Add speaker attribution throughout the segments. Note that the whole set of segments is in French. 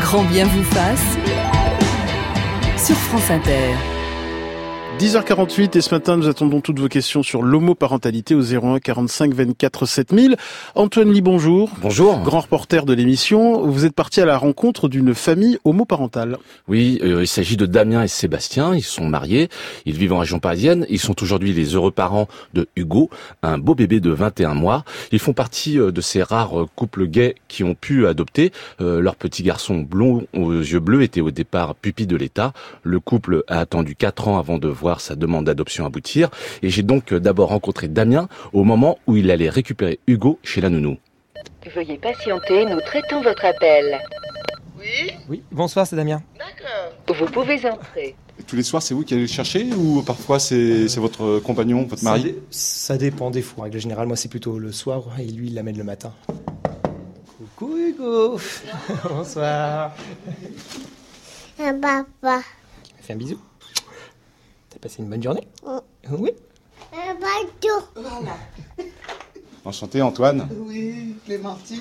Speaker 1: Grand bien vous fasse sur France Inter.
Speaker 2: 10h48 et ce matin nous attendons toutes vos questions sur l'homoparentalité au 01 45 24 7000. Antoine Lee, bonjour.
Speaker 3: Bonjour.
Speaker 2: Grand reporter de l'émission, vous êtes parti à la rencontre d'une famille homoparentale.
Speaker 3: Oui, euh, il s'agit de Damien et Sébastien, ils sont mariés, ils vivent en région parisienne, ils sont aujourd'hui les heureux parents de Hugo, un beau bébé de 21 mois. Ils font partie euh, de ces rares euh, couples gays qui ont pu adopter. Euh, leur petit garçon blond aux yeux bleus était au départ pupille de l'État. Le couple a attendu 4 ans avant de voir sa demande d'adoption aboutir et j'ai donc euh, d'abord rencontré Damien au moment où il allait récupérer Hugo chez la nounou.
Speaker 4: Veuillez patienter, nous traitons votre appel.
Speaker 5: Oui,
Speaker 6: Oui, bonsoir, c'est Damien.
Speaker 5: d'accord.
Speaker 4: Vous pouvez entrer.
Speaker 7: Et Tous les soirs, c'est vous qui allez le chercher ou parfois c'est c'est votre compagnon, votre
Speaker 6: Ça,
Speaker 7: mari
Speaker 6: dé- ça dépend des fois. En règle générale, moi, c'est plutôt le soir et lui, il l'amène le matin. Coucou Hugo Bonsoir
Speaker 8: Un Euh, papa.
Speaker 6: Fais un bisou. T'as passé une bonne journée
Speaker 8: Oui.
Speaker 6: Oui
Speaker 8: Un Euh, bateau.
Speaker 7: Enchanté, Antoine.
Speaker 5: Oui, Clémentine.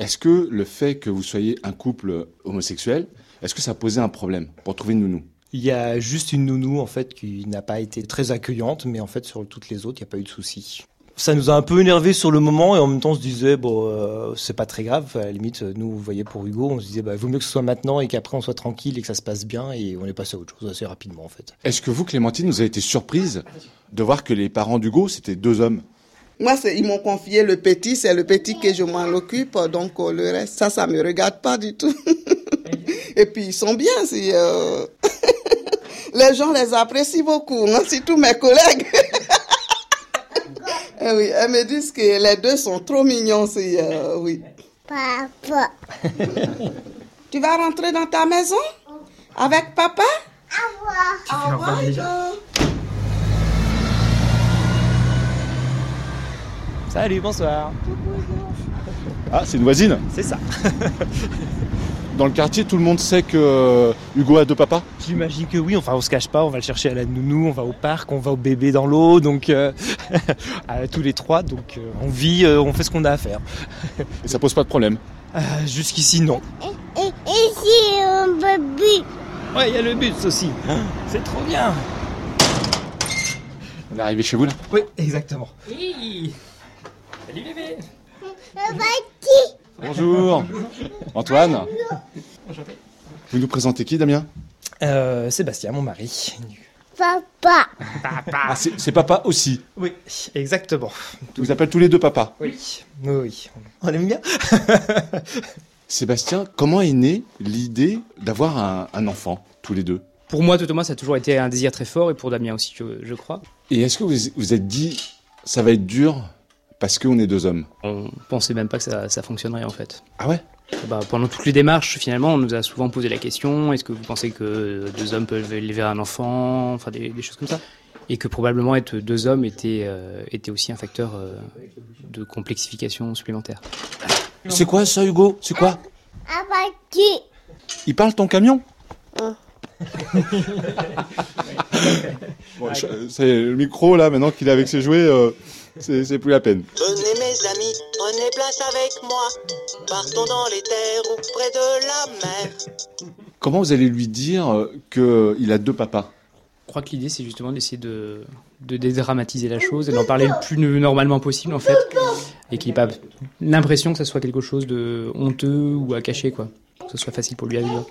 Speaker 7: Est-ce que le fait que vous soyez un couple homosexuel, est-ce que ça posait un problème pour trouver une nounou
Speaker 6: Il y a juste une nounou, en fait, qui n'a pas été très accueillante, mais en fait, sur toutes les autres, il n'y a pas eu de souci. Ça nous a un peu énervé sur le moment et en même temps on se disait bon euh, c'est pas très grave à la limite euh, nous vous voyez pour Hugo on se disait bah vaut mieux que ce soit maintenant et qu'après on soit tranquille et que ça se passe bien et on est passé à autre chose assez rapidement en fait.
Speaker 7: Est-ce que vous, Clémentine, vous avez été surprise de voir que les parents d'Hugo, c'était deux hommes
Speaker 5: Moi, c'est- ils m'ont confié le petit, c'est le petit que je m'en occupe, donc euh, le reste, ça, ça me regarde pas du tout. Et puis, ils sont bien, si, euh, les gens les apprécient beaucoup, hein, surtout mes collègues. Eh oui, elles me disent que les deux sont trop mignons, si, euh, oui.
Speaker 8: Papa.
Speaker 5: Tu vas rentrer dans ta maison avec papa
Speaker 8: Au revoir.
Speaker 5: Au revoir, Hugo.
Speaker 6: Salut bonsoir
Speaker 7: Ah, c'est une voisine
Speaker 6: c'est ça.
Speaker 7: Dans le quartier, tout le monde sait que Hugo a deux papas
Speaker 6: J'imagine que oui, enfin on se cache pas, on va le chercher à la nounou, on va au parc, on va au bébé dans l'eau, donc euh, à tous les trois, donc euh, on vit, euh, on fait ce qu'on a à faire.
Speaker 7: et ça pose pas de problème.
Speaker 6: Euh, Jusqu'ici non.
Speaker 8: Et, et c'est un bébé.
Speaker 6: Ouais, il y a le bus aussi. C'est trop bien.
Speaker 7: On est arrivé chez vous là
Speaker 6: Oui, exactement. Oui. Salut bébé.
Speaker 8: Un bâti.
Speaker 7: Bonjour Antoine Vous nous présentez qui, Damien
Speaker 6: Euh, Sébastien, mon mari.
Speaker 8: Papa.
Speaker 7: Ah, c'est c'est papa aussi.
Speaker 6: Bah. Oui, exactement.
Speaker 7: Je vous appelle tous les deux papas.
Speaker 6: Oui. Oui, oui. On aime bien.
Speaker 7: Sébastien, comment est née l'idée d'avoir un, un enfant, tous les deux
Speaker 9: Pour moi, tout au moins, ça a toujours été un désir très fort, et pour Damien aussi, je, je crois.
Speaker 7: Et est-ce que vous vous êtes dit, ça va être dur parce qu'on est deux hommes
Speaker 9: On pensait même pas que ça, ça fonctionnerait, en fait.
Speaker 7: Ah ouais
Speaker 9: Bah, pendant toutes les démarches, finalement, on nous a souvent posé la question est-ce que vous pensez que deux hommes peuvent élever un enfant Enfin, des, des choses comme ça. Et que probablement être deux hommes était, euh, était aussi un facteur euh, de complexification supplémentaire.
Speaker 7: C'est quoi ça, Hugo C'est quoi
Speaker 8: Un bâti.
Speaker 7: Il parle ton camion Bon, je- euh, c'est le micro là maintenant qu'il est avec ses jouets, euh, c'est c'est plus la peine.
Speaker 10: Venez mes amis, prenez place avec moi. Partons dans les terres ou près de la mer.
Speaker 7: Comment vous allez lui dire qu'il a deux papas
Speaker 9: Je crois que l'idée, c'est justement d'essayer de, de dédramatiser la chose et d'en parler le plus normalement possible, en fait. Et qu'il n'ait pas l'impression que ça soit quelque chose de honteux ou à cacher, quoi. Que ce soit facile pour lui à vivre.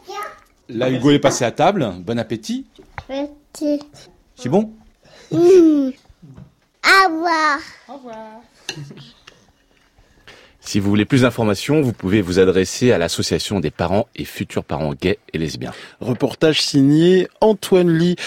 Speaker 7: Là, Hugo est passé à table. Bon appétit.
Speaker 8: Petit.
Speaker 7: C'est bon
Speaker 8: Mmh. Au revoir.
Speaker 3: Si vous voulez plus d'informations, vous pouvez vous adresser à l'association des parents et futurs parents gays et lesbiens.
Speaker 2: Reportage signé Antoine Lee.